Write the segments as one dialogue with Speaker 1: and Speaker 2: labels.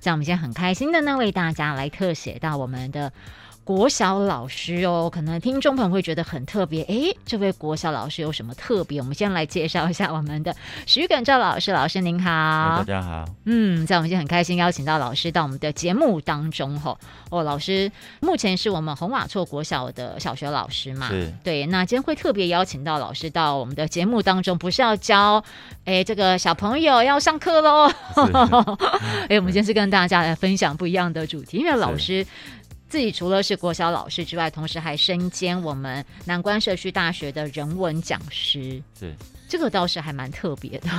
Speaker 1: 在我们今天很开心的呢，为大家来特写到我们的。国小老师哦，可能听众朋友会觉得很特别。诶，这位国小老师有什么特别？我们先来介绍一下我们的徐耿照老师。老师您
Speaker 2: 哎大
Speaker 1: 好，
Speaker 2: 家好，
Speaker 1: 嗯，在我们今天很开心邀请到老师到我们的节目当中吼。哦，老师目前是我们红瓦厝国小的小学老师嘛？
Speaker 2: 是
Speaker 1: 对，那今天会特别邀请到老师到我们的节目当中，不是要教诶这个小朋友要上课喽，哎、我们今天是跟大家来分享不一样的主题，因为老师自己除了是国小老师之外，同时还身兼我们南关社区大学的人文讲师，
Speaker 2: 是
Speaker 1: 这个倒是还蛮特别 的。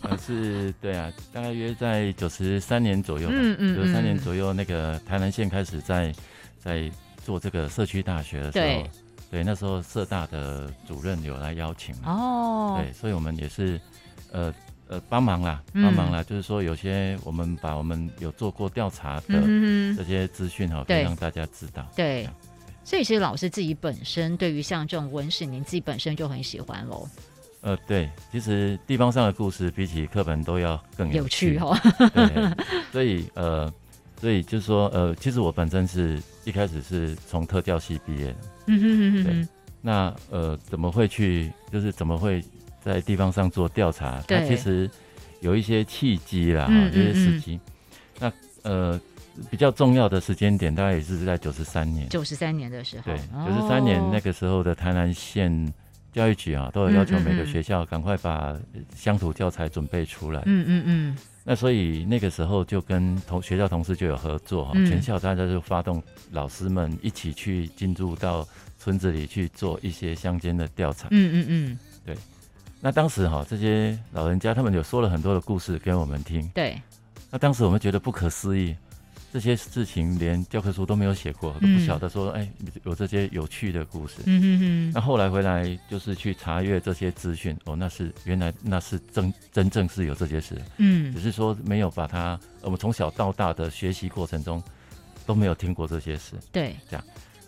Speaker 2: 呃是，对啊，大概约在九十三年左右吧，
Speaker 1: 嗯嗯
Speaker 2: 九十三年
Speaker 1: 嗯
Speaker 2: 左右，那个台南县开始在在做这个社区大学的时候
Speaker 1: 对，
Speaker 2: 对，那时候社大的主任有来邀请，
Speaker 1: 哦，
Speaker 2: 对，所以我们也是，呃呃帮忙啦，
Speaker 1: 嗯
Speaker 2: 帮忙啦，就是说有些我们把我们有做过调查的
Speaker 1: 嗯哼
Speaker 2: 这些资讯哈，可
Speaker 1: 对
Speaker 2: 以让大家知道，
Speaker 1: 对。所以其实老师自己本身对于像这种文史，您自己本身就很喜欢喽，
Speaker 2: 呃，对，其实地方上的故事比起课本都要更
Speaker 1: 有趣
Speaker 2: 趣
Speaker 1: 哦。
Speaker 2: 对，所以呃，所以就是说呃，其实我本身是一开始是从特教系毕业的，
Speaker 1: 嗯哼哼
Speaker 2: 对
Speaker 1: 哼，
Speaker 2: 那呃，怎么会去，就是怎么会在地方上做调查？它
Speaker 1: 对
Speaker 2: 其实有一些契机啦，哈、
Speaker 1: 嗯嗯
Speaker 2: 有一些时机。那呃，比较重要的时间点大概也是在九十三年，
Speaker 1: 九十哦三年的时候，
Speaker 2: 对，九十三年那个时候的台南县。教育局啊，都有要求
Speaker 1: 嗯嗯
Speaker 2: 每个
Speaker 1: 嗯
Speaker 2: 学校赶快把乡土教材准备出来。
Speaker 1: 嗯嗯嗯，
Speaker 2: 那所以那个时候就跟同学校同事就有合作哈，
Speaker 1: 嗯
Speaker 2: 全校大家就发动老师们一起去进入到村子里去做一些乡间的调查。
Speaker 1: 嗯嗯嗯，
Speaker 2: 那当时哈，这些老人家他们有说了很多的故事给我们听。
Speaker 1: 对，
Speaker 2: 那当时我们觉得不可思议，这些事情连教科书都没有写过，都不
Speaker 1: 嗯
Speaker 2: 晓得说哎有这些有趣的故事。
Speaker 1: 嗯哼
Speaker 2: 那后来回来就是去查阅这些资讯，哦，那是原来那是真真正是有这些事。
Speaker 1: 哼，嗯
Speaker 2: 只，是说没有把它，呃我们从小到大的学习过程中都没有听过这些事。
Speaker 1: 对，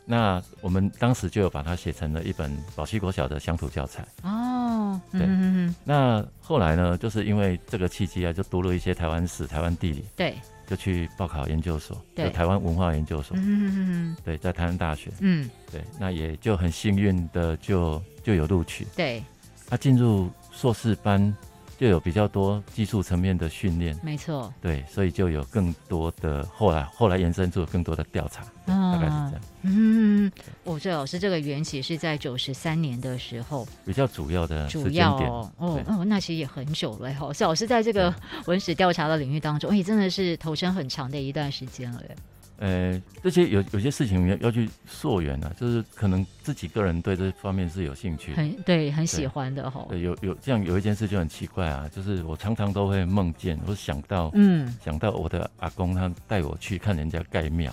Speaker 2: 那我们当时就有把它写成了一本宝溪国小的乡土教材。
Speaker 1: 哦，嗯
Speaker 2: 对
Speaker 1: 哼哼哼
Speaker 2: 那后来呢，就是因为这个契机啊，就读了一些台湾史、台湾地理，
Speaker 1: 对，
Speaker 2: 就去报考研究所，
Speaker 1: 对
Speaker 2: 就台湾文化研究所，
Speaker 1: 嗯
Speaker 2: 对，在台湾大学，
Speaker 1: 嗯，
Speaker 2: 对，那也就很幸运的就就有录取。
Speaker 1: 对，
Speaker 2: 他、进入硕士班，就有比较多技术层面的训练，
Speaker 1: 没错，
Speaker 2: 对，所以就有更多的后来后来延伸出更多的调查，对
Speaker 1: 嗯
Speaker 2: 大概是这样，
Speaker 1: 嗯，我、这老师这个缘起是在九十三年的时候，
Speaker 2: 比较主要的啊时
Speaker 1: 主
Speaker 2: 间
Speaker 1: 要
Speaker 2: 点。
Speaker 1: 哦，哦
Speaker 2: 对，
Speaker 1: 哦，那其实也很久了哦，所以老师在这个文史调查的领域当中，哎、真的是投身很长的一段时间了耶，
Speaker 2: 呃，这些有有些事情要要去溯源啊，就是可能自己个人对这方面是有兴趣。呃
Speaker 1: 很对，很喜欢的哦，
Speaker 2: 对，有有这样有一件事就很奇怪啊，就是我常常都会梦见，我想到、
Speaker 1: 嗯，
Speaker 2: 想到我的阿公他带我去看人家盖庙，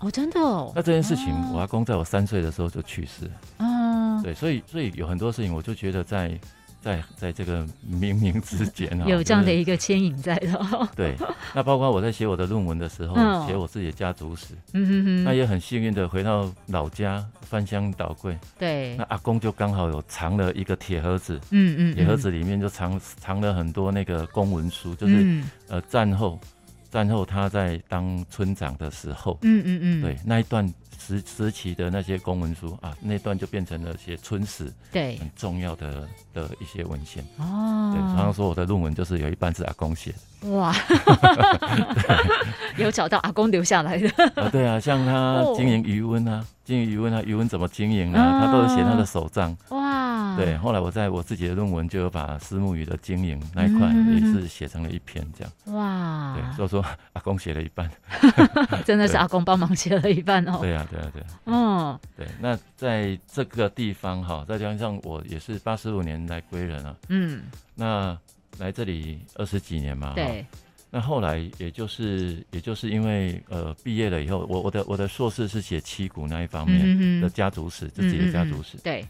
Speaker 1: 哦，真的哦
Speaker 2: 那，这件事情、
Speaker 1: 哦
Speaker 2: 我阿公在我三岁的时候就去世了。
Speaker 1: 嗯，
Speaker 2: 对，所以所以有很多事情我就觉得在在在这个冥冥之间啊，
Speaker 1: 有这样
Speaker 2: 就
Speaker 1: 的
Speaker 2: 是
Speaker 1: 一个牵引在的哦，
Speaker 2: 对，那包括我在写我的论文的时候
Speaker 1: 嗯，
Speaker 2: 写、我自己的家族史，
Speaker 1: 嗯哼哼，
Speaker 2: 那也很幸运的回到老家翻箱倒柜，
Speaker 1: 对
Speaker 2: 那，阿公就刚好有藏了一个铁盒子，
Speaker 1: 嗯嗯，
Speaker 2: 铁盒
Speaker 1: 嗯
Speaker 2: 子里面就藏藏了很多那个公文书，就是、
Speaker 1: 嗯
Speaker 2: 呃战后战后他在当村长的时候，
Speaker 1: 嗯嗯嗯，
Speaker 2: 对那一段时时期的那些公文书啊，那段就变成了写村史
Speaker 1: 对，
Speaker 2: 很重要的的一些文献。
Speaker 1: 哦，
Speaker 2: 对，常常说我的论文就是有一半是阿公写的。
Speaker 1: 哇，有找到阿公留下来的，
Speaker 2: 啊，对啊，像他
Speaker 1: 哦
Speaker 2: 经营余温啊，经营余温啊，余温怎么经营啊，
Speaker 1: 啊
Speaker 2: 他都有写他的手账。
Speaker 1: 哇，
Speaker 2: 对，，后来我在我自己的论文就有把石目鱼的经营那一块
Speaker 1: 嗯啊
Speaker 2: 也是写成了一篇这样。对，
Speaker 1: 哇，
Speaker 2: 所以说阿公写了一半。
Speaker 1: 真的是
Speaker 2: 对
Speaker 1: 阿公帮忙写了一半哦，
Speaker 2: 对啊，对啊，对啊。
Speaker 1: 嗯，
Speaker 2: 对，那在这个地方哈，再加上我也是八十五年来归人啊，
Speaker 1: 嗯，
Speaker 2: 那来这里二十几年嘛，哈
Speaker 1: 对，
Speaker 2: 那后来也就是也就是因为呃毕业了以后，我我的我的硕士是写七股那一方
Speaker 1: 嗯
Speaker 2: 面的
Speaker 1: 哼哼，嗯
Speaker 2: 家族史，自己的家族史。
Speaker 1: 对，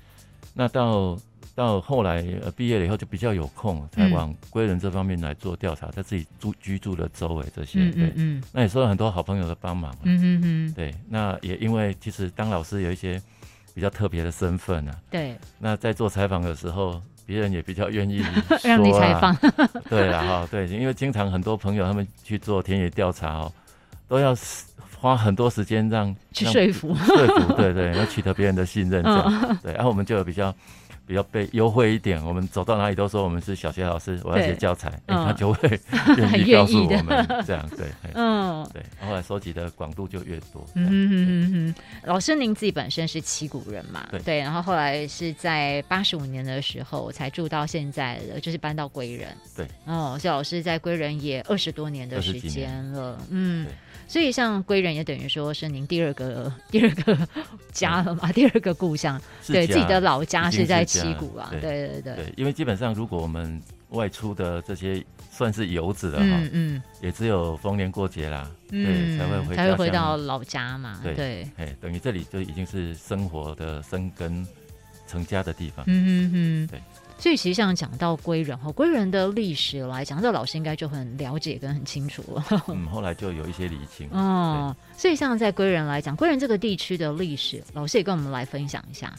Speaker 2: 那到到后来呃毕业了以后就比较有空，才往归人这方面来做调查，在自己住居住的周围这些。
Speaker 1: 嗯嗯
Speaker 2: 对，
Speaker 1: 嗯，
Speaker 2: 那也受到很多好朋友的帮忙啊。
Speaker 1: 嗯哼哼，
Speaker 2: 对，那也因为其实当老师有一些比较特别的身份啊，
Speaker 1: 对，
Speaker 2: 那在做采访的时候，别人也比较 愿意
Speaker 1: 让你
Speaker 2: 说啊
Speaker 1: 采
Speaker 2: 啦
Speaker 1: 访，
Speaker 2: 对了哈，对，因为经常很多朋友他们去做田野调查哦，都要花很多时间让
Speaker 1: 去
Speaker 2: 让
Speaker 1: 说 服
Speaker 2: 说服，对对，要取得别人的信
Speaker 1: 嗯
Speaker 2: 任，这样对。然啊后我们就有比较比较被优惠一点，我们走到哪里都说我们是小学老师，我要
Speaker 1: 对
Speaker 2: 写教材，哎
Speaker 1: 嗯
Speaker 2: 他就会
Speaker 1: 很
Speaker 2: 愿意
Speaker 1: 愿
Speaker 2: 告诉
Speaker 1: 意的
Speaker 2: 我们这样，对，哎
Speaker 1: 嗯。
Speaker 2: 对。后来收集的广度就越多，这
Speaker 1: 嗯
Speaker 2: 样
Speaker 1: 哼哼哼哼，老师您自己本身是旗鼓人嘛？
Speaker 2: 对
Speaker 1: 然后后来是在八十五年的时候才住到现在的，就是搬到归仁。
Speaker 2: 对，
Speaker 1: 哦，所以老师在归仁也二十多年的时
Speaker 2: 20几
Speaker 1: 间
Speaker 2: 年
Speaker 1: 了，嗯
Speaker 2: 对，
Speaker 1: 所以像归仁也等于说是您第二个 第二个家了嘛，第二个故乡，
Speaker 2: 是
Speaker 1: 对
Speaker 2: 这
Speaker 1: 自己
Speaker 2: 样
Speaker 1: 的老家
Speaker 2: 已经
Speaker 1: 是在
Speaker 2: 是
Speaker 1: 旗
Speaker 2: 家
Speaker 1: 鼓啊，
Speaker 2: 对
Speaker 1: 对对对，
Speaker 2: 对，因为基本上如果我们外出的这些算是游子了哈，
Speaker 1: 嗯嗯
Speaker 2: 也只有逢年过节啦，
Speaker 1: 嗯，
Speaker 2: 对，才会回
Speaker 1: 才会
Speaker 2: 家
Speaker 1: 回
Speaker 2: 乡
Speaker 1: 到老家嘛，
Speaker 2: 对
Speaker 1: 对，
Speaker 2: 哎，等于这里就已经是生活的生根、成家的地方。
Speaker 1: 嗯哼哼，
Speaker 2: 对。
Speaker 1: 所以其实像讲到归仁哈，归仁的历史来讲，这老师应该就很了解跟很清楚 了。
Speaker 2: 嗯，后来就有一些理清。
Speaker 1: 哦，所以像在归仁来讲，归仁这个地区的历史，老师也跟我们来分享一下。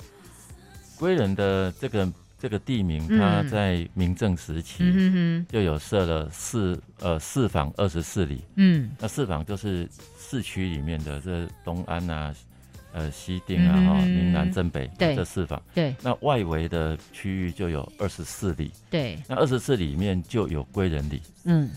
Speaker 2: 归仁的这个这个地名，
Speaker 1: 嗯
Speaker 2: 它在明正时
Speaker 1: 嗯
Speaker 2: 期
Speaker 1: 哼哼，
Speaker 2: 就有设了四呃四坊二十四里。
Speaker 1: 嗯
Speaker 2: 那四坊就是市区里面的这东安啊、呃西定啊、
Speaker 1: 嗯
Speaker 2: 哈、闽南正北
Speaker 1: 对
Speaker 2: 这四坊。
Speaker 1: 对
Speaker 2: 那外围的区域就有二十四里，
Speaker 1: 对，
Speaker 2: 那二十四里面就有归仁里。
Speaker 1: 嗯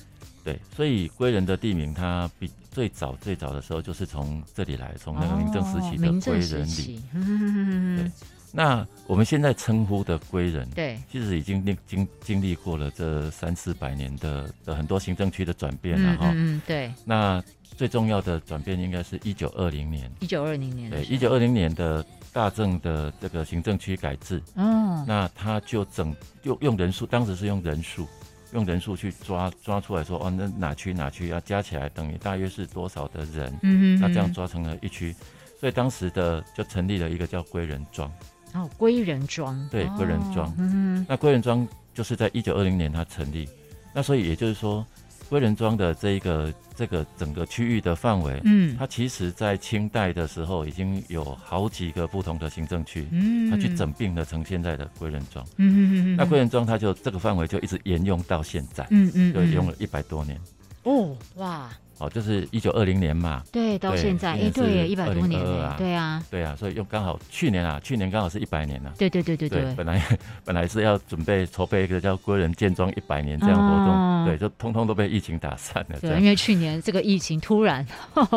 Speaker 2: 对，所以归仁的地名，它比最早最早的时候就是从这里来，从那个明正时期
Speaker 1: 哦
Speaker 2: 的
Speaker 1: 明
Speaker 2: 归
Speaker 1: 正
Speaker 2: 仁
Speaker 1: 时
Speaker 2: 里。
Speaker 1: 期，嗯哼哼哼哼
Speaker 2: 那我们现在称呼的归仁，
Speaker 1: 对，
Speaker 2: 其实已经历经经历过了这三四百年的的很多行政区的转变了
Speaker 1: 嗯
Speaker 2: 哈。
Speaker 1: 嗯嗯对，
Speaker 2: 那最重要的转变应该是一九二零年，
Speaker 1: 一九二零年
Speaker 2: 对
Speaker 1: 的，时
Speaker 2: 一
Speaker 1: 候，
Speaker 2: 九二零年的大正的这个行政区改制，
Speaker 1: 哦，
Speaker 2: 那他就整用用人数，当时是用人数，用人数去抓抓出来说，哦，那哪区哪区要加起来等于大约是多少的人，
Speaker 1: 嗯哼哼，
Speaker 2: 那这样抓成了一区，所以当时的就成立了一个叫归仁庄。
Speaker 1: 哦，归仁庄，
Speaker 2: 对
Speaker 1: 哦
Speaker 2: 归仁庄
Speaker 1: 嗯
Speaker 2: 那归仁庄就是在一九二零年它成立，那所以也就是说，归仁庄的这一个这个整个区域的范围，
Speaker 1: 嗯
Speaker 2: 它其实在清代的时候已经有好几个不同的行政区，
Speaker 1: 嗯，
Speaker 2: 它去整并了成现在的归仁庄。
Speaker 1: 嗯哼哼哼，
Speaker 2: 那归仁庄它就这个范围就一直沿用到现在，
Speaker 1: 嗯嗯，
Speaker 2: 就用
Speaker 1: 嗯
Speaker 2: 了一百多年。
Speaker 1: 哦，哇，
Speaker 2: 哦，就是一九二零年嘛，
Speaker 1: 对，到
Speaker 2: 对
Speaker 1: 现在，
Speaker 2: 今
Speaker 1: 哎，
Speaker 2: 年
Speaker 1: 对耶，
Speaker 2: 是
Speaker 1: 一百多年
Speaker 2: 2022
Speaker 1: 了，
Speaker 2: 啊
Speaker 1: 对啊，
Speaker 2: 对啊，所以又刚好去年啊，去年刚好是一百年啊。
Speaker 1: 对对对对对，
Speaker 2: 本来 本来是要准备筹备一个叫“归人建庄一百年”这样活动，
Speaker 1: 哦
Speaker 2: 对，就通通都被疫情打散了。这
Speaker 1: 对，
Speaker 2: 样
Speaker 1: 因为去年这个疫情突然，，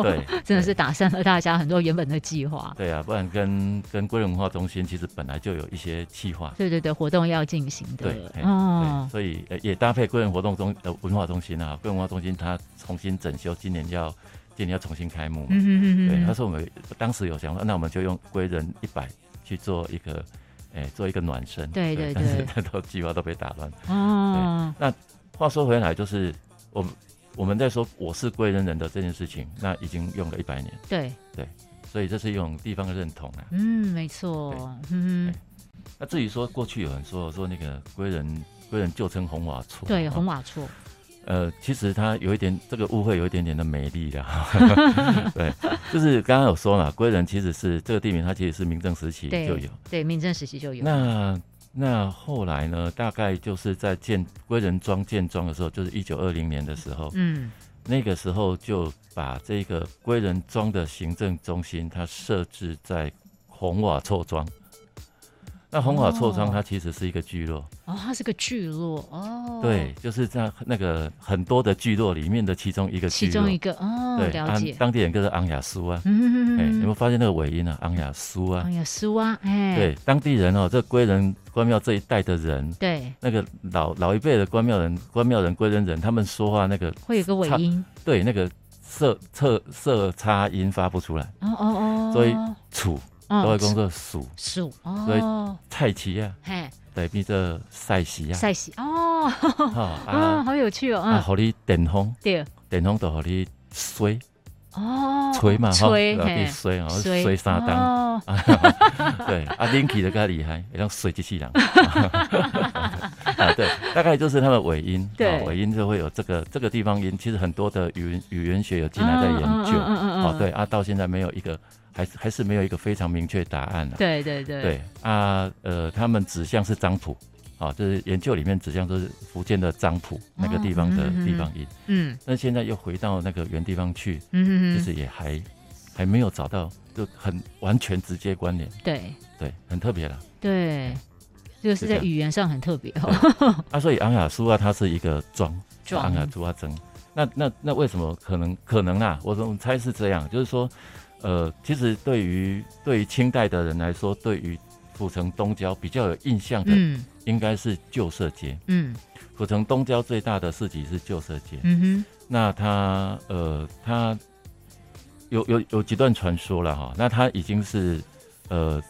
Speaker 2: 对
Speaker 1: 真的是打散了大家很多原本的计划，
Speaker 2: 对对啊，不然跟跟归人文化中心其实本来就有一些计划，
Speaker 1: 对对对，活动要进行
Speaker 2: 对哎
Speaker 1: 的，，
Speaker 2: 嘿
Speaker 1: 哦
Speaker 2: 对，，所以呃也搭配归人活动中呃文化中心啊，归人文化中心它重新整修，今年要今年要重新开幕嘛，
Speaker 1: 嗯哼哼
Speaker 2: 对，
Speaker 1: 哼
Speaker 2: 那
Speaker 1: 哼，
Speaker 2: 时候我们当时有想法，那我们就用归人一百去做一个，哎、做一个暖身。
Speaker 1: 对对对
Speaker 2: 但是 都计划都被打乱。
Speaker 1: 哦，
Speaker 2: 话说回来，就是我们我们在说我是归人人的这件事情，那已经用了一百年，
Speaker 1: 对，
Speaker 2: 所以这是一种地方的认同啊。
Speaker 1: 嗯，没错，嗯哼，
Speaker 2: 那至于说过去有人说说那个归人归人旧称红瓦厝，
Speaker 1: 对，
Speaker 2: 哦
Speaker 1: 红瓦厝，
Speaker 2: 呃，其实它有一点这个误会，有一点点的美丽的， 对，就是刚刚有说了，归人其实是这个地名，它其实是明正时期
Speaker 1: 对
Speaker 2: 就有。
Speaker 1: 对，民政时期就有，
Speaker 2: 那那后来呢？大概就是在建归仁庄建庄的时候，就是一九二零年的时候，
Speaker 1: 嗯，
Speaker 2: 那个时候就把这个归仁庄的行政中心，它设置在红瓦厝庄。那红瓦厝
Speaker 1: 哦
Speaker 2: 庄它其实是一个聚落，
Speaker 1: 哦，它是个聚落，哦，
Speaker 2: 对，，就是在那个很多的聚落里面的其中一个聚
Speaker 1: 其
Speaker 2: 落。
Speaker 1: 中一个，哦，
Speaker 2: 对，
Speaker 1: 了
Speaker 2: 安
Speaker 1: 解，
Speaker 2: 当地人就是昂雅苏啊，
Speaker 1: 嗯哼哼
Speaker 2: 哎、有
Speaker 1: 哼
Speaker 2: 没
Speaker 1: 哼
Speaker 2: 有发现那个尾音啊？昂雅苏啊
Speaker 1: 哎，呀，苏啊，哎，
Speaker 2: 对，当地人哦，这归仁关庙这一带的人，
Speaker 1: 对，
Speaker 2: 那个老老一辈的关庙人、关庙人、归人人，他们说话那个
Speaker 1: 会有个尾
Speaker 2: 差
Speaker 1: 音，
Speaker 2: 对那个色色色差音发不出来，
Speaker 1: 哦哦哦，
Speaker 2: 所以楚都会
Speaker 1: 哦，
Speaker 2: 工作蜀
Speaker 1: 数
Speaker 2: 所以
Speaker 1: 哦，
Speaker 2: 菜旗啊，
Speaker 1: 嘿，
Speaker 2: 对，比这赛旗啊，
Speaker 1: 赛西哦，
Speaker 2: 哈
Speaker 1: 啊，
Speaker 2: 啊
Speaker 1: 好有趣哦，
Speaker 2: 啊，
Speaker 1: 嗯，
Speaker 2: 互你电风，
Speaker 1: 对，
Speaker 2: 电风就互你吹
Speaker 1: 哦，
Speaker 2: 吹嘛哈，
Speaker 1: 吹，
Speaker 2: 然后你
Speaker 1: 嘿，
Speaker 2: 吹，然后
Speaker 1: 吹
Speaker 2: 吹三档，
Speaker 1: 哦，
Speaker 2: 对啊，Linky 的更厉害，也让水机器 人。啊，对，大概就是他们尾音，
Speaker 1: 对
Speaker 2: 啊尾音就会有这个这个地方音。其实很多的语言语言学有进来在研究，
Speaker 1: 嗯嗯嗯嗯
Speaker 2: 哦
Speaker 1: 嗯，
Speaker 2: 对啊，到现在没有一个，还是还是没有一个非常明确答案啊。
Speaker 1: 对对对
Speaker 2: 对啊，呃，他们指向是张谱，啊，就是研究里面指向就是福建的漳浦那个地方的地方音，
Speaker 1: 哦嗯
Speaker 2: 但现在又回到那个原地方去，
Speaker 1: 嗯
Speaker 2: 其
Speaker 1: 嗯，
Speaker 2: 实也还还没有找到就很完全直接关联，
Speaker 1: 对
Speaker 2: 对，很特别啦。
Speaker 1: 对，就是
Speaker 2: 是这
Speaker 1: 在
Speaker 2: 样
Speaker 1: 语言上很特别哦。
Speaker 2: 啊，所以昂雅苏啊，它是一个庄，
Speaker 1: 庄
Speaker 2: 昂雅苏啊庄。那那那为什么可能可能啦、我我猜是这样，就是说，呃，其实对于对于清代的人来说，对于府城东郊比较有印象的，
Speaker 1: 嗯
Speaker 2: 应该是旧社街。
Speaker 1: 嗯
Speaker 2: 府城东郊最大的市集是旧社街。
Speaker 1: 嗯
Speaker 2: 那它呃，它有有有几段传说了哈。那它已经是呃，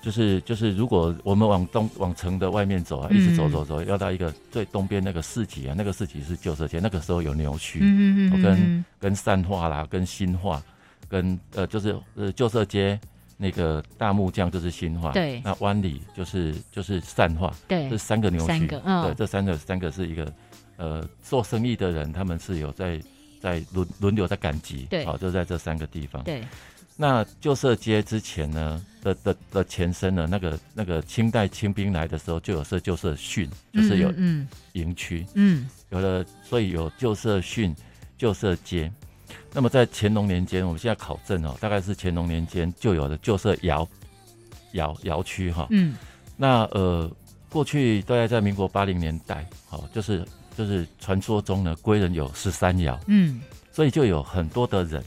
Speaker 2: 就是就是，如果我们往东往城的外面走啊，
Speaker 1: 嗯
Speaker 2: 一直走走走，要到一个最东边那个市集啊，那个市集是旧社街，那个时候有牛
Speaker 1: 哼，
Speaker 2: 墟、
Speaker 1: 嗯嗯
Speaker 2: 我
Speaker 1: 嗯
Speaker 2: 跟跟善化啦，跟新化，跟呃就是呃旧社街。那个大木匠就是新化，
Speaker 1: 对
Speaker 2: 那湾里就是就是善化，这
Speaker 1: 对，
Speaker 2: 三个牛
Speaker 1: 三
Speaker 2: 区，
Speaker 1: 个嗯
Speaker 2: 对，这三个三个是一个，呃，做生意的人他们是有在在轮轮流在赶集，哦
Speaker 1: 对
Speaker 2: 好、就在这三个地方。
Speaker 1: 对，
Speaker 2: 那旧社街之前呢的的的前身呢，那个那个清代清兵来的时候就有设旧社训，就是有
Speaker 1: 嗯
Speaker 2: 营区，
Speaker 1: 嗯
Speaker 2: 有了，所以有旧社训、旧社街。那么在乾隆年间，我们现在考证哦，大概是乾隆年间就有了旧社窑窑窑区哈、
Speaker 1: 嗯
Speaker 2: 那呃，过去大概在民国八零年代，哦，就是就是传说中呢，归人有十三爻，
Speaker 1: 嗯
Speaker 2: 所以就有很多的人，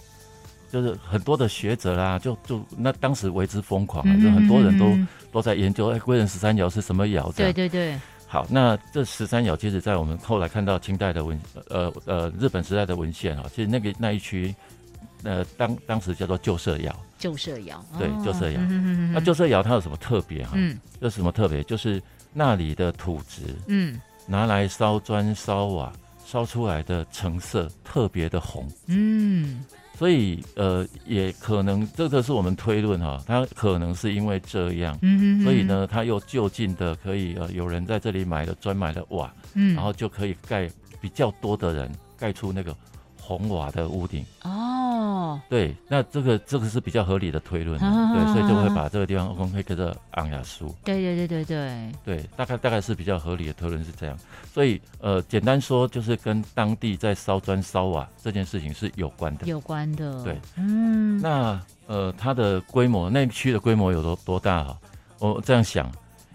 Speaker 2: 就是很多的学者啦，就就那当时为之疯狂啊，
Speaker 1: 嗯，
Speaker 2: 就很多人都都在研究，哎，归人十三爻是什么爻？这
Speaker 1: 对
Speaker 2: 样。
Speaker 1: 对对，
Speaker 2: 好，那这十三爻，其实在我们后来看到清代的文，呃呃，日本时代的文献啊、其实那个那一区，呃，当当时叫做旧社爻。
Speaker 1: 旧社窑，
Speaker 2: 那旧社爻它有什么特别哈、
Speaker 1: 嗯
Speaker 2: 有什么特别？就是那里的土质
Speaker 1: 嗯
Speaker 2: 拿来烧砖、烧瓦，烧出来的成色特别的红，
Speaker 1: 嗯
Speaker 2: 所以呃，也可能这个是我们推论哈、它可能是因为这样，
Speaker 1: 嗯，
Speaker 2: 所以，呢，它又就近的可以呃，有人在这里买了砖、买了瓦，
Speaker 1: 嗯，
Speaker 2: 然后就可以盖比较多的人盖出那个红瓦的屋顶。
Speaker 1: 哦，
Speaker 2: 对，那这个这个是比较合理的推论的，
Speaker 1: 啊
Speaker 2: 对，所以就会把这个地方我们会叫做昂雅苏。
Speaker 1: 对对对对对，
Speaker 2: 对，大概大概是比较合理的推论是这样，所以呃，简单说就是跟当地在烧砖烧瓦这件事情是有关的。
Speaker 1: 有关的，
Speaker 2: 对，
Speaker 1: 嗯，
Speaker 2: 那呃，它的规模，那区的规模有多多大啊？我这样想，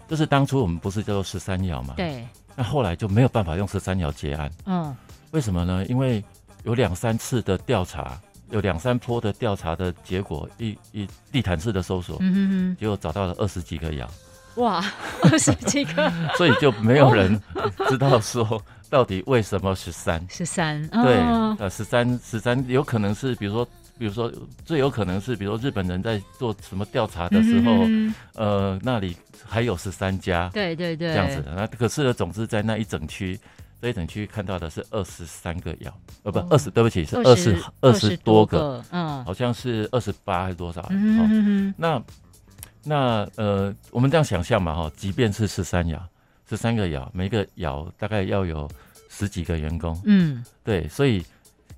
Speaker 2: 就是当初我们不是叫做十三窑嘛，，
Speaker 1: 对，
Speaker 2: 那后来就没有办法用十三窑结案，
Speaker 1: 嗯
Speaker 2: 为什么呢？因为有两三次的调查，有两三波的调查的结果，一一地毯式的搜索，
Speaker 1: 嗯哼
Speaker 2: 结果找到了二十几个窑。
Speaker 1: 哼，哇， 二十几个，
Speaker 2: 所以就没有人知道说到底为什么十 三。
Speaker 1: 十三，哦嗯
Speaker 2: 对，呃，十三十三有可能是比如说，比如说最有可能是比如说日本人在做什么调
Speaker 1: 嗯
Speaker 2: 查的时候，呃，那里还有十三家
Speaker 1: 对对对，
Speaker 2: 这样子的。那可是呢，总之在那一整区。这一整区看到的是二十三个窑，呃，不，
Speaker 1: 哦
Speaker 2: 二十，对不起，是二十二十多个，，
Speaker 1: 嗯
Speaker 2: 好像是二十八还是多少？
Speaker 1: 嗯
Speaker 2: 哦，
Speaker 1: 嗯
Speaker 2: 那那呃，我们这样想象嘛哈，即便是十三窑，十三个窑，每个窑大概要有十几个员工，
Speaker 1: 嗯
Speaker 2: 对，所以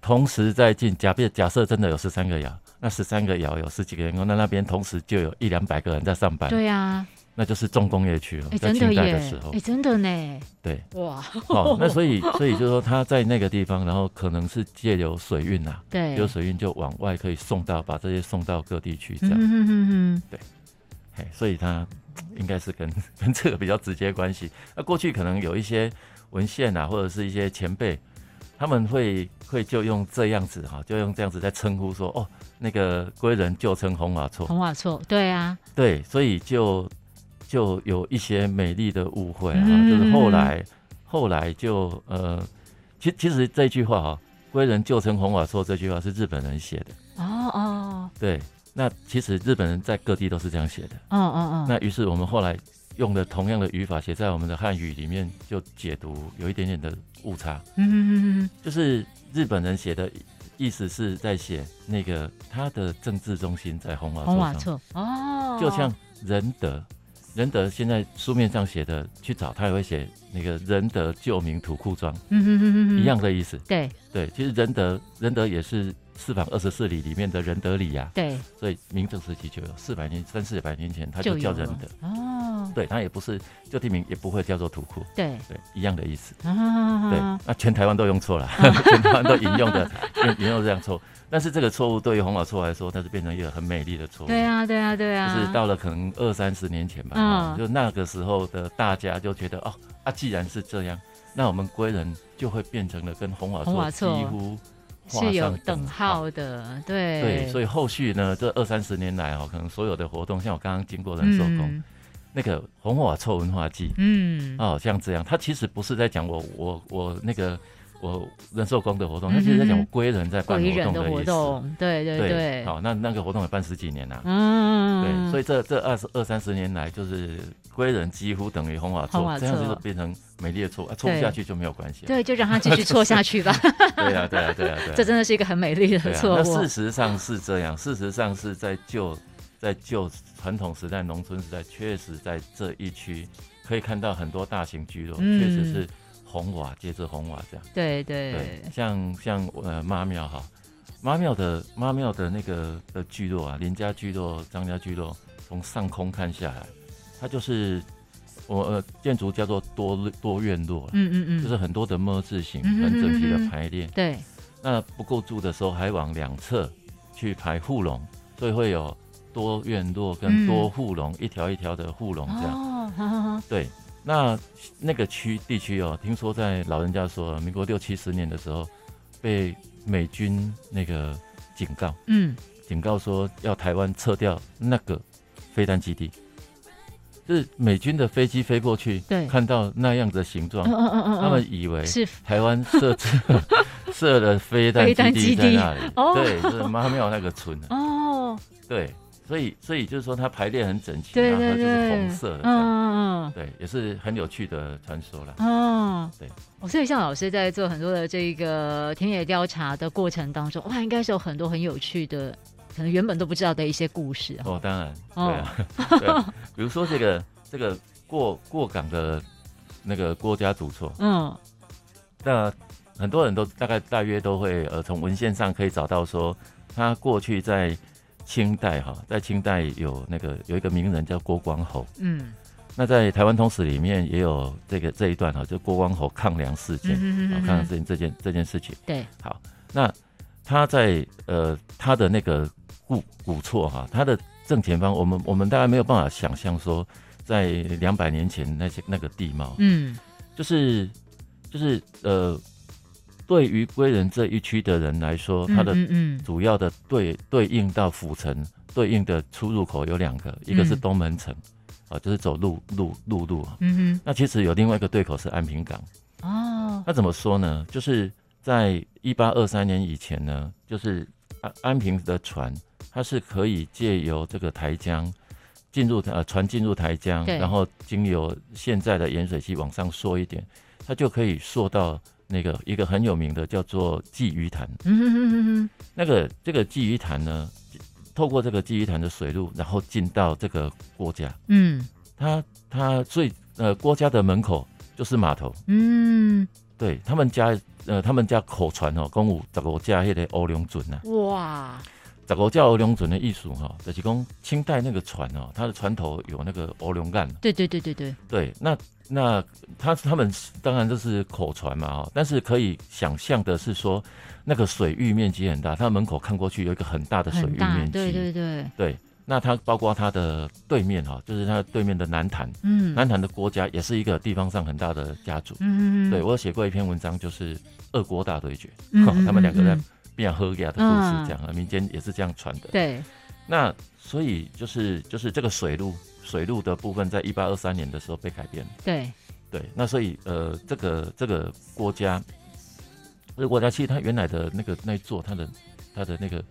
Speaker 2: 同时在进，假设假设真的有十三个窑，那十三个窑有十几个员工，那那边同时就有一两百个人在上班，
Speaker 1: 对呀，
Speaker 2: 那就是重工业区了，
Speaker 1: 哎，
Speaker 2: 哎在
Speaker 1: 真的
Speaker 2: 清代
Speaker 1: 耶
Speaker 2: 的时候，，
Speaker 1: 哎，真的呢，
Speaker 2: 对，
Speaker 1: 哇，
Speaker 2: 哦，那所以所以就是说他在那个地方，然后可能是借由水运啊，
Speaker 1: 对，
Speaker 2: 有水运就往外可以送到，把这些送到各地去这
Speaker 1: 嗯
Speaker 2: 样。
Speaker 1: 哼哼哼哼，
Speaker 2: 嘿，所以它应该是跟 跟这个比较直接关系。那过去可能有一些文献啊，或者是一些前辈，他们会会就用这样子哈、就用这样子在称呼说，哦，那个归人旧称红瓦厝，
Speaker 1: 红瓦错，对啊，
Speaker 2: 对，所以就就有一些美丽的误会啊，
Speaker 1: 嗯
Speaker 2: 就是后来后来就呃，其其实这句话哈、归人旧称红瓦厝这句话是日本人写的，
Speaker 1: 哦哦
Speaker 2: 对，那其实日本人在各地都是这样写的。
Speaker 1: 哦哦哦，
Speaker 2: 那于是我们后来用了同样的语法写在我们的汉语里面，就解读有一点点的误差，
Speaker 1: 嗯嗯嗯
Speaker 2: 就是日本人写的意思是在写那个他的政治中心在红瓦
Speaker 1: 红瓦
Speaker 2: 座上，
Speaker 1: 错，哦，
Speaker 2: 就像仁德。仁德现在书面上写的，去找他也会写那个仁德旧名土库庄
Speaker 1: 嗯哼哼哼
Speaker 2: 一，样的意思。
Speaker 1: 对
Speaker 2: 对，其实仁德仁德也是四百二十四里里面的仁德里呀、
Speaker 1: 对，
Speaker 2: 所以明郑时期就有四百年、三四百年前他
Speaker 1: 就
Speaker 2: 就叫仁德。
Speaker 1: 哦，
Speaker 2: 对，它也不是旧地名，也不会叫做图库，
Speaker 1: 对
Speaker 2: 对，一样的意思。对
Speaker 1: 啊，，
Speaker 2: 那全台湾都用错了，
Speaker 1: 嗯
Speaker 2: 全台湾都引用的引引用这样错，但是这个错误对于红宝错来说，它是变成一个很美丽的错误。
Speaker 1: 对啊，对啊，对啊，
Speaker 2: 就是到了可能二三十年前吧，
Speaker 1: 嗯
Speaker 2: 啊就那个时候的大家就觉得哦，啊，既然是这样，那我们归人就会变成了跟红瓦
Speaker 1: 红瓦
Speaker 2: 厝
Speaker 1: 厝
Speaker 2: 几乎画
Speaker 1: 是有
Speaker 2: 上
Speaker 1: 等。号的，对
Speaker 2: 对，所
Speaker 1: 以
Speaker 2: 以后续呢，这二三十年来哦，可能所有的活动，像我刚刚经过人手工、那个红瓦臭文化季，
Speaker 1: 嗯，
Speaker 2: 哦，像这样，它其实不是在讲我我我那个我人寿工的活动，
Speaker 1: 嗯哼
Speaker 2: 它其实在讲我归人在办
Speaker 1: 鬼
Speaker 2: 活
Speaker 1: 人
Speaker 2: 动
Speaker 1: 的
Speaker 2: 的
Speaker 1: 活
Speaker 2: 意思。
Speaker 1: 动，对对对，
Speaker 2: 好、那那个活动也办十几年了、
Speaker 1: 嗯，
Speaker 2: 对，所以这这二十二三十年来，就是归人几乎等于红瓦
Speaker 1: 红瓦
Speaker 2: 错，这样子
Speaker 1: 厝
Speaker 2: 就变成美丽的错，啊，错不
Speaker 1: 对
Speaker 2: 下去就没有关 系。
Speaker 1: 对，就让它继续错下去吧。
Speaker 2: 对啊，对啊，对啊， 对啊。
Speaker 1: 这真的是一个很美丽的
Speaker 2: 对 啊
Speaker 1: 错
Speaker 2: 那
Speaker 1: 误
Speaker 2: 事。实上是这样，事实上是在旧在旧传统时代、农村时代，确实在这一区可以看到很多大型聚落，
Speaker 1: 嗯
Speaker 2: 确实是红瓦接着红瓦这样。
Speaker 1: 对对
Speaker 2: 对，像像呃妈庙哈，妈庙的妈庙的那个的聚落啊，林家聚落、张家聚落，从上空看下来，它就是我呃建筑叫做多多院落啦、啊
Speaker 1: 嗯嗯嗯，
Speaker 2: 就是很多的么字形，
Speaker 1: 嗯哼
Speaker 2: 很整齐
Speaker 1: 嗯哼
Speaker 2: 的排列。
Speaker 1: 对，
Speaker 2: 那不够住的时候，还往两侧去排护龙，所以会有多院落跟多护龙，一条一条的护龙这样。
Speaker 1: 哦，好好好，
Speaker 2: 对，那那个区地区哦，听说在老人家说，民国六七十年的时候，被美军那个警告，
Speaker 1: 嗯，
Speaker 2: 警告说要台湾撤掉那个飞弹基地，就是美军的飞机飞过去，
Speaker 1: 对
Speaker 2: 看到那样的形状
Speaker 1: 嗯，嗯嗯嗯，
Speaker 2: 他们以为
Speaker 1: 是
Speaker 2: 台湾设置 设了飞弹
Speaker 1: 飞弹基
Speaker 2: 基地在
Speaker 1: 地
Speaker 2: 那里，
Speaker 1: 哦
Speaker 2: 对，就是妈庙那个村 啊，
Speaker 1: 哦，
Speaker 2: 对，所以所以就是说它排列很整齐，
Speaker 1: 对
Speaker 2: 然后
Speaker 1: 对
Speaker 2: 它就是
Speaker 1: 对，
Speaker 2: 红色的这样，
Speaker 1: 嗯嗯
Speaker 2: 对，也是很有趣的传说啦。
Speaker 1: 嗯，哦，
Speaker 2: 对
Speaker 1: 哦。所以像老师在做很多的这个田野调查的过程当中，哇，应该是有很多很有趣的，可能原本都不知道的一些故事哈。
Speaker 2: 哦，当然，对
Speaker 1: 嗯哦
Speaker 2: 啊， 对啊，比如说这个这个过过港的那个郭家主厝，
Speaker 1: 嗯，
Speaker 2: 那很多人都大概大约都会呃从文献上可以找到说，他过去在清代哈，在清代有那个有一个名人叫郭光侯。
Speaker 1: 嗯
Speaker 2: 那在台湾通史里面也有这个这一段哈，就郭光侯抗粮事件，
Speaker 1: 嗯
Speaker 2: 啊、抗粮事件这件这件事情。
Speaker 1: 对，
Speaker 2: 好，那他在呃他的那个故古厝哈，他的正前方，我们我们大概没有办法想象说，在两百年前那些那个地貌，
Speaker 1: 嗯
Speaker 2: 就是就是呃，对于归仁这一区的人来说，他的
Speaker 1: 嗯嗯
Speaker 2: 主要的对对应到府城对应的出入口有两个，一个是
Speaker 1: 嗯
Speaker 2: 东门城，啊，就是走陆陆陆路啊。
Speaker 1: 嗯
Speaker 2: 那其实有另外一个对口是安平港。
Speaker 1: 嗯哦，
Speaker 2: 那怎么说呢？就是在一八二三年以前呢，就是安安平的船，它是可以借由这个台江进入呃船进入台江，
Speaker 1: 对
Speaker 2: 然后经由现在的盐水溪往上溯一点，它就可以溯到那个一个很有名的叫做鲫鱼潭。
Speaker 1: 嗯嗯嗯嗯
Speaker 2: 那个这个鲫鱼潭呢，透过这个鲫鱼潭的水路，然后进到这个郭家，
Speaker 1: 嗯
Speaker 2: 它它最呃郭家的门口就是码头。
Speaker 1: 嗯
Speaker 2: 对他们家，呃，他们家口传哦，讲有十五架迄个欧龙船呐、啊
Speaker 1: 嗯，哇，
Speaker 2: 十五架欧龙船的艺术哈，就是讲清代那个船哦，它的船头有那个欧龙干。
Speaker 1: 对对对对对，
Speaker 2: 对，那那他他们当然就是口传嘛哦，但是可以想象的是说，那个水域面积很大，他门口看过去有一个很大的水
Speaker 1: 很
Speaker 2: 域
Speaker 1: 大，
Speaker 2: 面积。
Speaker 1: 对对对，
Speaker 2: 对那它包括它的对面哈、就是它对面的南坛，
Speaker 1: 嗯
Speaker 2: 南坛的郭家也是一个地方上很大的家族。
Speaker 1: 嗯嗯，
Speaker 2: 对我有写过一篇文章，就是俄国大对决，
Speaker 1: 嗯
Speaker 2: 哦
Speaker 1: 嗯
Speaker 2: 他们两个在
Speaker 1: 嗯
Speaker 2: 变喝雅的故事，这样啊，民间也是这样传的。
Speaker 1: 对，
Speaker 2: 那所以就是就是这个水路水路的部分，在一八二三年的时候被改变了。
Speaker 1: 对，
Speaker 2: 对，那所以呃，这个这个国家，这个国家其实它原来的那个那一座，它的它的那个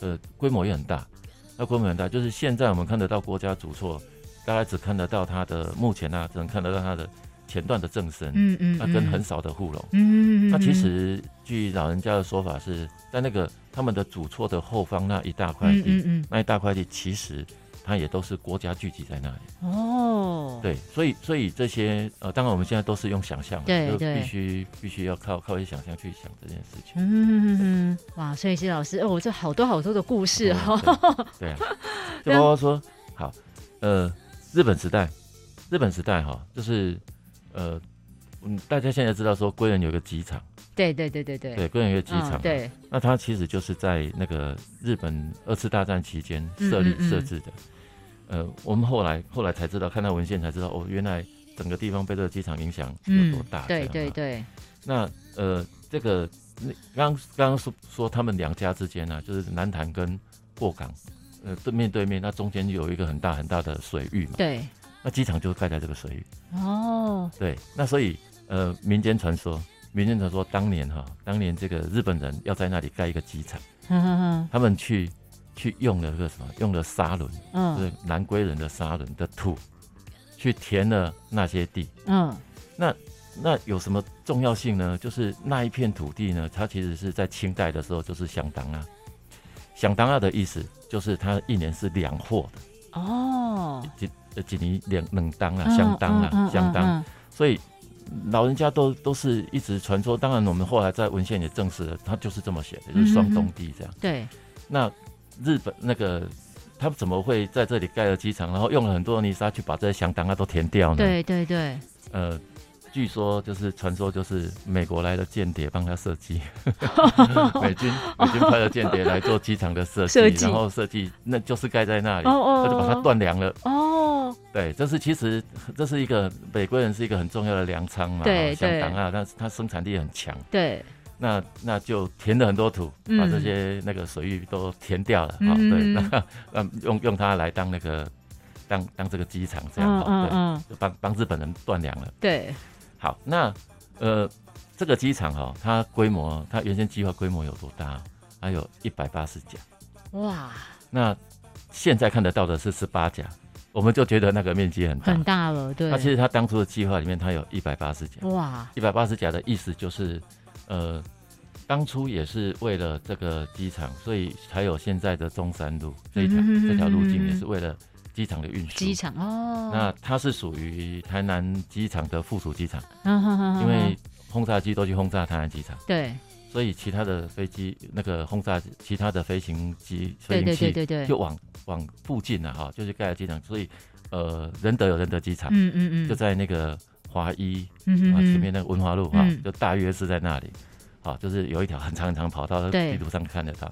Speaker 2: 呃规模也很大，那规模很大，就是现在我们看得到国家主错，大概只看得到它的目前啊，只能看得到它的前段的正身，
Speaker 1: 嗯嗯，
Speaker 2: 那跟很，少的护龙。
Speaker 1: 嗯嗯，
Speaker 2: 那其实据老人家的说法是，在那个他们的主厝的后方那一大块
Speaker 1: 嗯
Speaker 2: 地，
Speaker 1: 嗯
Speaker 2: 那一大块地其实它也都是国家聚集在那里。
Speaker 1: 嗯，哦，，
Speaker 2: 对，所以所以这些呃，当然我们现在都是用想象嘛，
Speaker 1: 对
Speaker 2: 就
Speaker 1: 对
Speaker 2: 必须必须要靠靠一些想象去想这件事情。
Speaker 1: 嗯嗯，哇，所以谢老师，哦，这好多好多的故事哦哈，
Speaker 2: 嗯 对对啊，就包括说好，呃，日本时代，日本时代哈，就是呃，嗯，大家现在知道说归仁有个机场，
Speaker 1: 对 对对对对，
Speaker 2: 对，归仁有个机
Speaker 1: 嗯
Speaker 2: 场，，啊
Speaker 1: 对，
Speaker 2: 那它其实就是在那个日本二次大战期间设立
Speaker 1: 嗯嗯嗯
Speaker 2: 设置的。呃，我们后来后来才知道，看到文献才知道，哦，原来整个地方被这个机场影响有多
Speaker 1: 嗯
Speaker 2: 大。，
Speaker 1: 对
Speaker 2: 这
Speaker 1: 对
Speaker 2: 样啊。
Speaker 1: 对，
Speaker 2: 那呃，这个那刚刚刚说说他们两家之间啊，就是南坛跟过港，呃，对面对面，那中间有一个很大很大的水域嘛，
Speaker 1: 对，
Speaker 2: 那机场就盖在这个水域。
Speaker 1: 哦，
Speaker 2: 对，那所以呃，民间传说，民间传说当年哈、当年这个日本人要在那里盖一个机场。
Speaker 1: 哼哼哼，
Speaker 2: 他们去去用了个什么？用了砂轮，就
Speaker 1: 嗯
Speaker 2: 是南归人的砂轮的土，去填了那些地。
Speaker 1: 嗯，
Speaker 2: 那有什么重要性呢？就是那一片土地呢，它其实是在清代的时候就是响当啊，响当啊的意思就是它一年是两货的，
Speaker 1: 哦，
Speaker 2: 呃，几年两冷当啊，
Speaker 1: 嗯
Speaker 2: 相当
Speaker 1: 嗯
Speaker 2: 啊，
Speaker 1: 嗯
Speaker 2: 相当。
Speaker 1: 嗯
Speaker 2: 所以老人家都都是一直传说，当然我们后来在文献也证实了，它就是这么写的，就
Speaker 1: 嗯
Speaker 2: 是双
Speaker 1: 嗯嗯
Speaker 2: 东地这样。
Speaker 1: 对，
Speaker 2: 那日本那个他们怎么会在这里盖了机场，然后用了很多的泥沙去把这些响当啊都填掉呢？，
Speaker 1: 对对对，
Speaker 2: 呃，据说就是传说就是美国来的间谍帮他设 计，美军美军派了间谍来做机场的设
Speaker 1: 设
Speaker 2: 计，
Speaker 1: 计
Speaker 2: 然后设计那就是盖在那里，
Speaker 1: 哦哦
Speaker 2: 他就把它断粮了。
Speaker 1: 哦，
Speaker 2: 对，这是其实这是一个美国人是一个很重要的粮仓嘛，
Speaker 1: 对
Speaker 2: 响
Speaker 1: 对
Speaker 2: 当啊，但是它生产力很强。
Speaker 1: 对，
Speaker 2: 那那就填了很多土，
Speaker 1: 嗯
Speaker 2: 把这些那个水域都填掉了啊、
Speaker 1: 嗯
Speaker 2: 对，那那用用它来当那个当当这个机场这样
Speaker 1: 嗯
Speaker 2: 啊、
Speaker 1: 嗯
Speaker 2: 对，
Speaker 1: 嗯，
Speaker 2: 就帮帮日本人断粮了。
Speaker 1: 对，
Speaker 2: 好，那呃这个机场哈、哦，它规模它原先计划规模有多大？它有一百八十架，
Speaker 1: 哇，
Speaker 2: 那现在看得到的是十八架，我们就觉得那个面积很大。
Speaker 1: 很大了，对
Speaker 2: 那、，其实它当初的计划里面，它有一百八十架。
Speaker 1: 哇，
Speaker 2: 一百八十甲的意思就是，呃，当初也是为了这个机场，所以才有现在的中山路这一条、
Speaker 1: 嗯
Speaker 2: 这条路径，也是为了机场的运输。
Speaker 1: 机场哦，
Speaker 2: 那它是属于台南机场的附属机场，
Speaker 1: 嗯哼哼哼
Speaker 2: 因为轰炸机都去轰炸台南机场，
Speaker 1: 对
Speaker 2: 所以其他的飞机那个轰炸其他的飞行机
Speaker 1: 对对
Speaker 2: 飞行
Speaker 1: 对
Speaker 2: 器
Speaker 1: 对对，
Speaker 2: 就往往附近了、哈，就是盖了机场，所以呃，仁德有仁德机场，
Speaker 1: 嗯嗯嗯，
Speaker 2: 就在那个华一
Speaker 1: 嗯哼
Speaker 2: 啊，
Speaker 1: 哼
Speaker 2: 前面那个文华路哈、
Speaker 1: 嗯
Speaker 2: 就大约是在那里，啊，就是有一条很长很长跑道，
Speaker 1: 对
Speaker 2: 地图上看得到。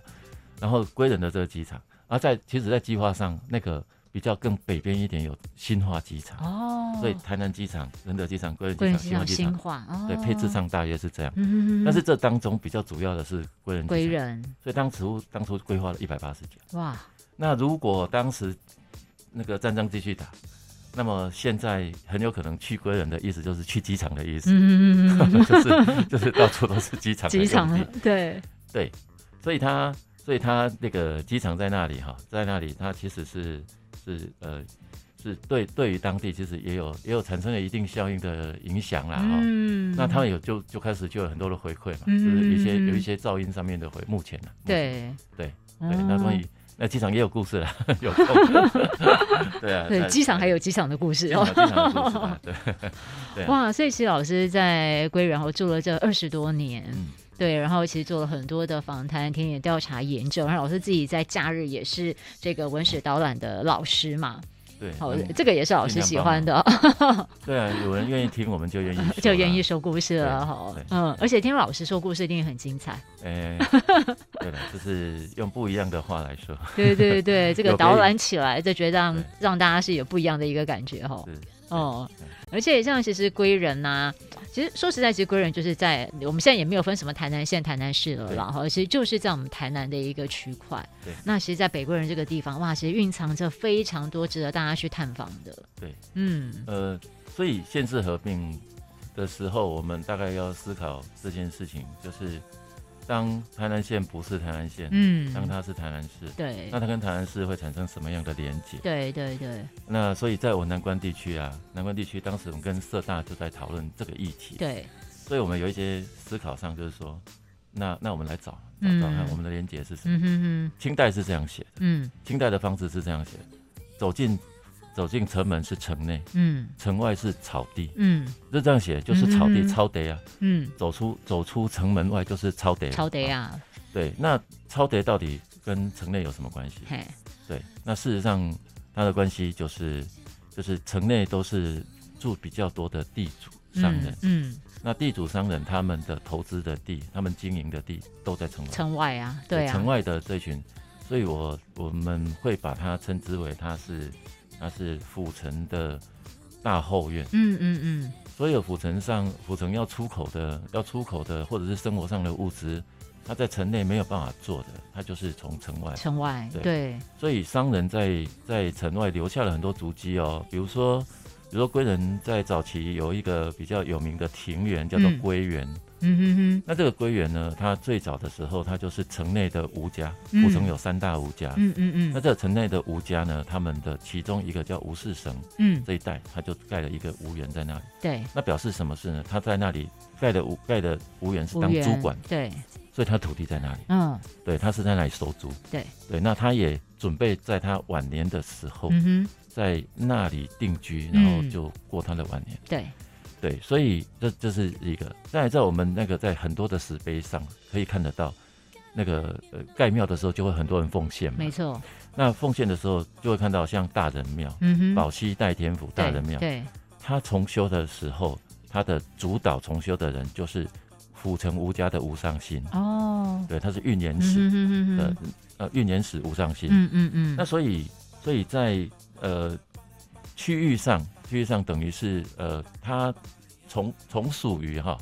Speaker 2: 然后归仁的这个机场，啊，在其实，在计划上那个比较更北边一点有新化机场，
Speaker 1: 哦，
Speaker 2: 所以台南机场、仁德机场、归仁
Speaker 1: 贵
Speaker 2: 机
Speaker 1: 人
Speaker 2: 场、
Speaker 1: 机
Speaker 2: 新化
Speaker 1: 场
Speaker 2: 机
Speaker 1: 新化哦，
Speaker 2: 场，对，配置，上大约是这样。
Speaker 1: 嗯哼哼
Speaker 2: 但是这当中比较主要的是归仁
Speaker 1: 归
Speaker 2: 机场，
Speaker 1: 人
Speaker 2: 所以当初当初规划了一百八十九。
Speaker 1: 哇，
Speaker 2: 那如果当时那个战争继续打，那么现在很有可能去归仁的意思就是去机场的意思。
Speaker 1: 嗯嗯嗯嗯
Speaker 2: 就是就是到处都是机
Speaker 1: 嗯，
Speaker 2: 场的
Speaker 1: 机
Speaker 2: 用
Speaker 1: 场
Speaker 2: 地，
Speaker 1: 对，
Speaker 2: 对，所以它所以它那个机场在那里哈，在那里它其实是是呃是对对于当地其实也有也有产生了一定效应的影响啦哈。
Speaker 1: 嗯，
Speaker 2: 那他们有就就开始就有很多的回馈嘛，
Speaker 1: 嗯
Speaker 2: 就是一些
Speaker 1: 嗯嗯嗯
Speaker 2: 有一些噪音上面的回，目前呢、啊，
Speaker 1: 对哦
Speaker 2: 对
Speaker 1: 对
Speaker 2: 目前对，那关于那机场也有故事啦， 有空， 对啊，
Speaker 1: 对
Speaker 2: 那
Speaker 1: 机场还有机哦场的故事
Speaker 2: 机
Speaker 1: 哦
Speaker 2: 场。机场有故事啊，对，对啊
Speaker 1: 哇，所以其实老师在归然后住了这二十多年，
Speaker 2: 嗯
Speaker 1: 对，然后其实做了很多的访谈、田野调查、研究，然后老师自己在假日也是这个文史导览的老师嘛，
Speaker 2: 对，
Speaker 1: 好、
Speaker 2: 嗯
Speaker 1: 这个也是老师
Speaker 2: 尽量
Speaker 1: 喜
Speaker 2: 帮
Speaker 1: 欢的，
Speaker 2: 对啊，有人愿意听，我们就愿意 说
Speaker 1: 就愿
Speaker 2: 啦
Speaker 1: 意说故事了哈
Speaker 2: 对对，
Speaker 1: 嗯，而且听老师说故事一定很精彩，
Speaker 2: 哎、对了，就是用不一样的话来说，
Speaker 1: 对对对对，这个
Speaker 2: 嗯有可以
Speaker 1: 导览起来，这觉得让
Speaker 2: 对
Speaker 1: 让大家是有不一样的一个感觉哈。
Speaker 2: 是
Speaker 1: 哦
Speaker 2: 对，
Speaker 1: 而且像其实归仁呐、其实说实在，其实归仁就是在我们现在也没有分什么台南县、台南市了啦，哈，其实就是在我们台南的一个区块
Speaker 2: 对。
Speaker 1: 那其实，在北归仁这个地方，哇，其实蕴藏着非常多值得大家去探访的。
Speaker 2: 对，
Speaker 1: 嗯，
Speaker 2: 呃，所以县市合并的时候，我们大概要思考这件事情，就是当台南县不是台南县，当
Speaker 1: 嗯，
Speaker 2: 它是台南市，
Speaker 1: 对
Speaker 2: 那，它跟台南市会产生什么样的连结？
Speaker 1: 对对对
Speaker 2: 那所以在我南关地区啊，南关地区当时我们跟社大就在讨论这个议题，
Speaker 1: 对，
Speaker 2: 所以我们有一些思考上就是说，那那我们来找找
Speaker 1: 嗯
Speaker 2: 找看我们的连结是什么。
Speaker 1: 嗯哼哼，
Speaker 2: 清代是这样写的。
Speaker 1: 嗯
Speaker 2: 清代的方式是这样写：走进走进城门是城内，
Speaker 1: 嗯
Speaker 2: 城外是草地，
Speaker 1: 嗯
Speaker 2: 就这样写，就是草
Speaker 1: 嗯嗯
Speaker 2: 地
Speaker 1: 嗯
Speaker 2: 草地啊。
Speaker 1: 嗯，
Speaker 2: 走出走出城门外就是草地，
Speaker 1: 超得
Speaker 2: 啊。
Speaker 1: 呀，
Speaker 2: 对，那草地到底跟城内有什么关系？
Speaker 1: 嘿，
Speaker 2: 对，那事实上它的关系就是就是城内都是住比较多的地主商人，
Speaker 1: 嗯，嗯，
Speaker 2: 那地主商人他们的投资的地，他们经营的地都在城外，
Speaker 1: 城外啊，
Speaker 2: 对
Speaker 1: 对啊，
Speaker 2: 城外的这群，所以我我们会把它称之为它是它是府城的大后院。
Speaker 1: 嗯嗯嗯，
Speaker 2: 所有府城上府城要出口的要出口的或者是生活上的物资，它在城内没有办法做的，它就是从城外。
Speaker 1: 城外，
Speaker 2: 对
Speaker 1: 对，
Speaker 2: 所以商人在在城外留下了很多足迹哦，比如说比如说归仁在早期有一个比较有名的庭园叫做
Speaker 1: 嗯
Speaker 2: 归园，
Speaker 1: 嗯
Speaker 2: 那这个归园呢，它最早的时候它就是城内的吴家，
Speaker 1: 嗯
Speaker 2: 府城有三大吴家。
Speaker 1: 哼哼，嗯嗯
Speaker 2: 那
Speaker 1: 嗯
Speaker 2: 这个城内的吴家呢，他们的其中一个叫吴氏省
Speaker 1: 嗯，
Speaker 2: 这一带，他就盖了一个吴园在那里。
Speaker 1: 对，
Speaker 2: 那表示什么事呢？他在那里盖的吴盖的吴园是
Speaker 1: 服务
Speaker 2: 当
Speaker 1: 员
Speaker 2: 主管，，哦
Speaker 1: 对，
Speaker 2: 所以他土地在那里，
Speaker 1: 嗯
Speaker 2: 对，他是在那里收租，
Speaker 1: 对
Speaker 2: 对。那他也准备在他晚年的时候，
Speaker 1: 嗯哼，
Speaker 2: 在那里定居，
Speaker 1: 嗯
Speaker 2: 然后就过他的晚年，
Speaker 1: 对，
Speaker 2: 对。所以这这是一个，在在我们那个在很多的石碑上可以看得到，那个呃盖庙的时候就会很多人奉献嘛
Speaker 1: 没，错，
Speaker 2: 那奉献的时候就会看到像大人庙、
Speaker 1: 嗯哼，
Speaker 2: 宝溪代天府大人庙，
Speaker 1: 对，
Speaker 2: 他重修的时候，他的主导重修的人就是府城吴家的吴尚新，
Speaker 1: 对哦，
Speaker 2: 对，他是运盐
Speaker 1: 嗯
Speaker 2: 使
Speaker 1: 哼哼哼
Speaker 2: 的
Speaker 1: 哼，
Speaker 2: 呃运盐使吴尚新。
Speaker 1: 嗯嗯嗯，
Speaker 2: 那所以所以在呃区域上，区域上等于是呃他从从属于哈，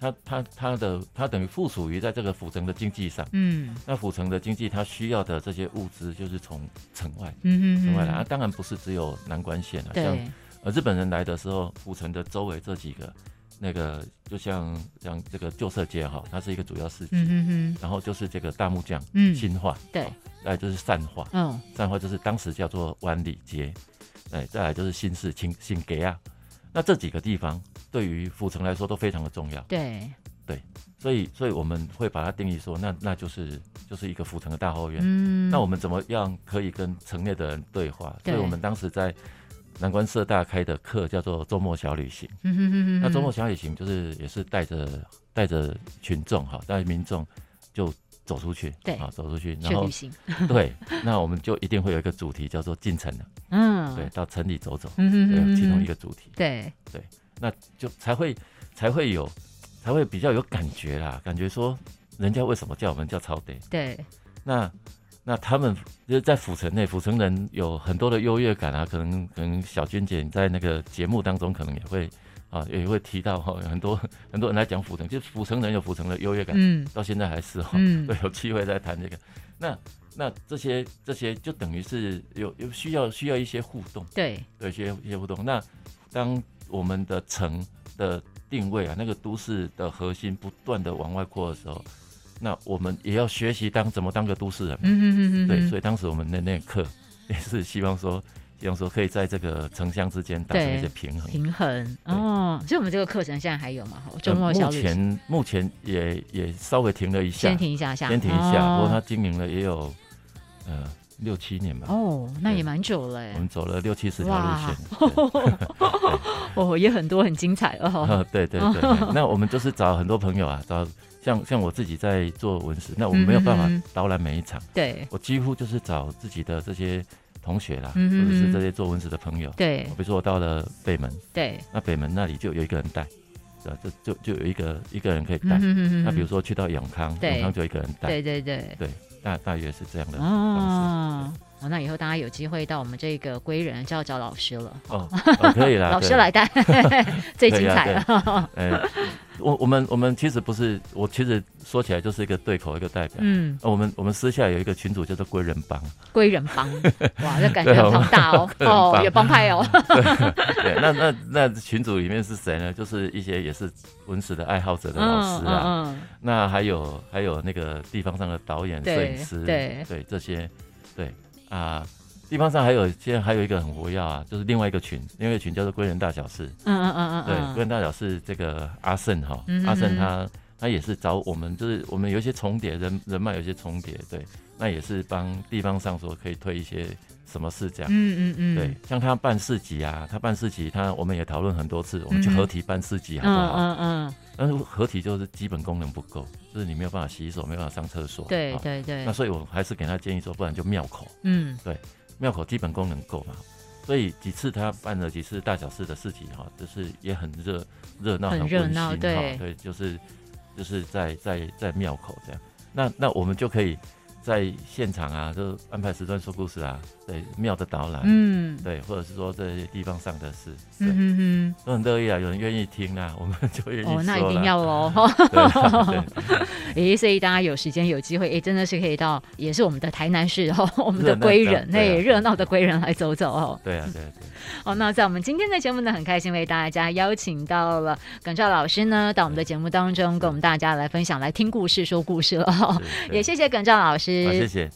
Speaker 2: 他他他的他等于附属于在这个府城的经济上。
Speaker 1: 嗯
Speaker 2: 那府城的经济，它需要的这些物资就是从城外
Speaker 1: 嗯哼
Speaker 2: 城
Speaker 1: 哼，
Speaker 2: 外来。啊，当然不是只有南关县啊，像
Speaker 1: 对，
Speaker 2: 呃，日本人来的时候，府城的周围这几个，那个就像像这个旧社街哈，它是一个主要市集，
Speaker 1: 嗯哼哼，
Speaker 2: 然后就是这个大木匠
Speaker 1: 嗯，
Speaker 2: 新化，
Speaker 1: 对，
Speaker 2: 再来就是善化，
Speaker 1: 嗯
Speaker 2: 善化就是当时叫做湾里街，哎，再来就是新市新新给啊，那这几个地方对于府城来说都非常的重要，
Speaker 1: 对，
Speaker 2: 所以所以我们会把它定义说，那那就是就是一个府城的大后院。
Speaker 1: 嗯，
Speaker 2: 那我们怎么样可以跟城内的人对话？
Speaker 1: 对
Speaker 2: 所以我们当时在南关社大开的课叫做周末小旅行。
Speaker 1: 嗯哼哼哼，
Speaker 2: 那周末小旅行就是也是带着带着群众哈，带着民众就走出去，
Speaker 1: 对
Speaker 2: 啊，走出去，然
Speaker 1: 去
Speaker 2: 后
Speaker 1: 旅行，
Speaker 2: 对，那我们就一定会有一个主题叫做进城了，
Speaker 1: 嗯，
Speaker 2: 啊对，，到城里走走，
Speaker 1: 嗯哼
Speaker 2: 对，
Speaker 1: 哼，
Speaker 2: 其中一，个主题，
Speaker 1: 对，
Speaker 2: 就才会才会有才会比较有感觉啦，感觉说人家为什么叫我们叫朝北，
Speaker 1: 对，
Speaker 2: 那。那他们就是在府城内，府城人有很多的优越感啊，可能可能小娟姐你在那个节目当中可能也会啊也会提到哈，很多很多人来讲府城，就是府城人有府城的优越感，
Speaker 1: 嗯
Speaker 2: 到现在还是哈、
Speaker 1: 嗯，
Speaker 2: 对，有机会再谈这个。那那这些这些就等于是有有需要需要一些互动，
Speaker 1: 对，
Speaker 2: 有一些一些互动。那当我们的城的定位啊，那个都市的核心不断的往外扩的时候，那我们也要学习当怎么当个都市人嘛。
Speaker 1: 嗯哼哼哼，
Speaker 2: 对，所
Speaker 1: 以
Speaker 2: 以当时我们的那课 也是希望说，希望说可以在这个城乡之间达成一些
Speaker 1: 对
Speaker 2: 平衡。
Speaker 1: 平衡哦，所以我们这个课程现在还有嘛？哈，周末
Speaker 2: 呃
Speaker 1: 小
Speaker 2: 目
Speaker 1: 旅行，
Speaker 2: 前目前也也稍微停了一下
Speaker 1: 先，停一下下，
Speaker 2: 先停一下，不过他
Speaker 1: 哦，
Speaker 2: 经营了也有呃六七年吧，
Speaker 1: 哦，那也蛮久了
Speaker 2: 我
Speaker 1: 哎
Speaker 2: 们，走了六七十条路线。
Speaker 1: 哦，也很多很精彩哦，
Speaker 2: 啊，对对对，对那我们就是找很多朋友啊，找像像我自己在做文史，那我们没有办
Speaker 1: 嗯嗯嗯
Speaker 2: 法导览每一场，
Speaker 1: 对
Speaker 2: 我几乎就是找自己的这些同学啦，
Speaker 1: 嗯嗯嗯
Speaker 2: 或者是这些做文史的朋友。
Speaker 1: 对
Speaker 2: 比如说我到了北门，
Speaker 1: 对，
Speaker 2: 那北门那里就有一个人带，对吧？就就就有一个一个人可以带。
Speaker 1: 嗯哼哼哼，
Speaker 2: 那比如说去到永康，
Speaker 1: 对
Speaker 2: 永康就一个人带，
Speaker 1: 对哦对对，
Speaker 2: 大大约是这样的方式。
Speaker 1: 哦。哦，那以后大家有机会到我们这个归人就要找老师了，
Speaker 2: 哦，哦可以啦，
Speaker 1: 老
Speaker 2: 对
Speaker 1: 师来带， 最精彩了。
Speaker 2: 呃，我我们我们其实不是，我其实说起来就是一个对口一个代表。
Speaker 1: 嗯，
Speaker 2: 呃我们我们私下有一个群组叫做“归人帮
Speaker 1: 归人 帮，哇，这感觉很庞大哦，
Speaker 2: 人帮
Speaker 1: 哦，有帮派哦，”，
Speaker 2: 对，那那那群组里面是谁呢？就是一些也是文史的爱好者的老师啊，
Speaker 1: 嗯
Speaker 2: 那还有还有那个地方上的导演、摄
Speaker 1: 对
Speaker 2: 影师，
Speaker 1: 对
Speaker 2: 这些，对啊、地方上还有现在还有一个很活跃啊，就是另外一个群，另外一个群叫做“归人大小事”，
Speaker 1: 嗯嗯嗯嗯
Speaker 2: 对，
Speaker 1: 嗯，
Speaker 2: 归人大小事这个阿胜哈
Speaker 1: 嗯，哼
Speaker 2: 阿胜
Speaker 1: 哼
Speaker 2: 他他也是找我们，就是我们有一些重叠人人脉，有一些重叠，对，那也是帮地方上说可以推一些什么事这样。
Speaker 1: 嗯嗯嗯，
Speaker 2: 对，像他办市集啊，他办市集，他我们也讨论很多次，我们去
Speaker 1: 嗯哼
Speaker 2: 合体办市集好不
Speaker 1: 嗯
Speaker 2: 好？
Speaker 1: 嗯嗯，
Speaker 2: 但是合体就是基本功能不够，就是你没有办法洗手，没有办法上厕所。
Speaker 1: 对
Speaker 2: 好
Speaker 1: 对对
Speaker 2: 那，所以我还是给他建议说，不然就庙口，
Speaker 1: 嗯
Speaker 2: 庙口基本功能够嘛。所以几次他办了几次大小事的事情哈，就是也很热热闹，
Speaker 1: 很热
Speaker 2: 温馨
Speaker 1: 闹
Speaker 2: 哈
Speaker 1: 对
Speaker 2: 对，就是就是在在在庙口这样。那那我们就可以在现场啊，就安排时段说故事啊，对庙的导览，
Speaker 1: 嗯
Speaker 2: 对，或者是说这些地方上的事，对，
Speaker 1: 嗯
Speaker 2: 都很乐意啊，有人愿意听啊，我们就愿
Speaker 1: 哼
Speaker 2: 意
Speaker 1: 哼，
Speaker 2: 说嗯
Speaker 1: 哦，那一定
Speaker 2: 啦
Speaker 1: 要哦。
Speaker 2: 对对
Speaker 1: 诶，所以大家有时间有机会，诶，真的是可以到，也是我们的台南市哦，我们
Speaker 2: 热
Speaker 1: 的
Speaker 2: 闹
Speaker 1: 归
Speaker 2: 的
Speaker 1: 仁，
Speaker 2: 对啊
Speaker 1: 诶，
Speaker 2: 对
Speaker 1: 热闹的归仁来走走哦。
Speaker 2: 对啊对啊对啊。
Speaker 1: 哦，那在我们今天的节目呢，很开心为大家邀请到了耿照老师呢，到我们的节目当中，跟我们大家来分享、来听故事、说故事了、哦。
Speaker 2: 是对
Speaker 1: 也谢谢耿照老
Speaker 2: 好，谢
Speaker 1: 师，
Speaker 2: 谢，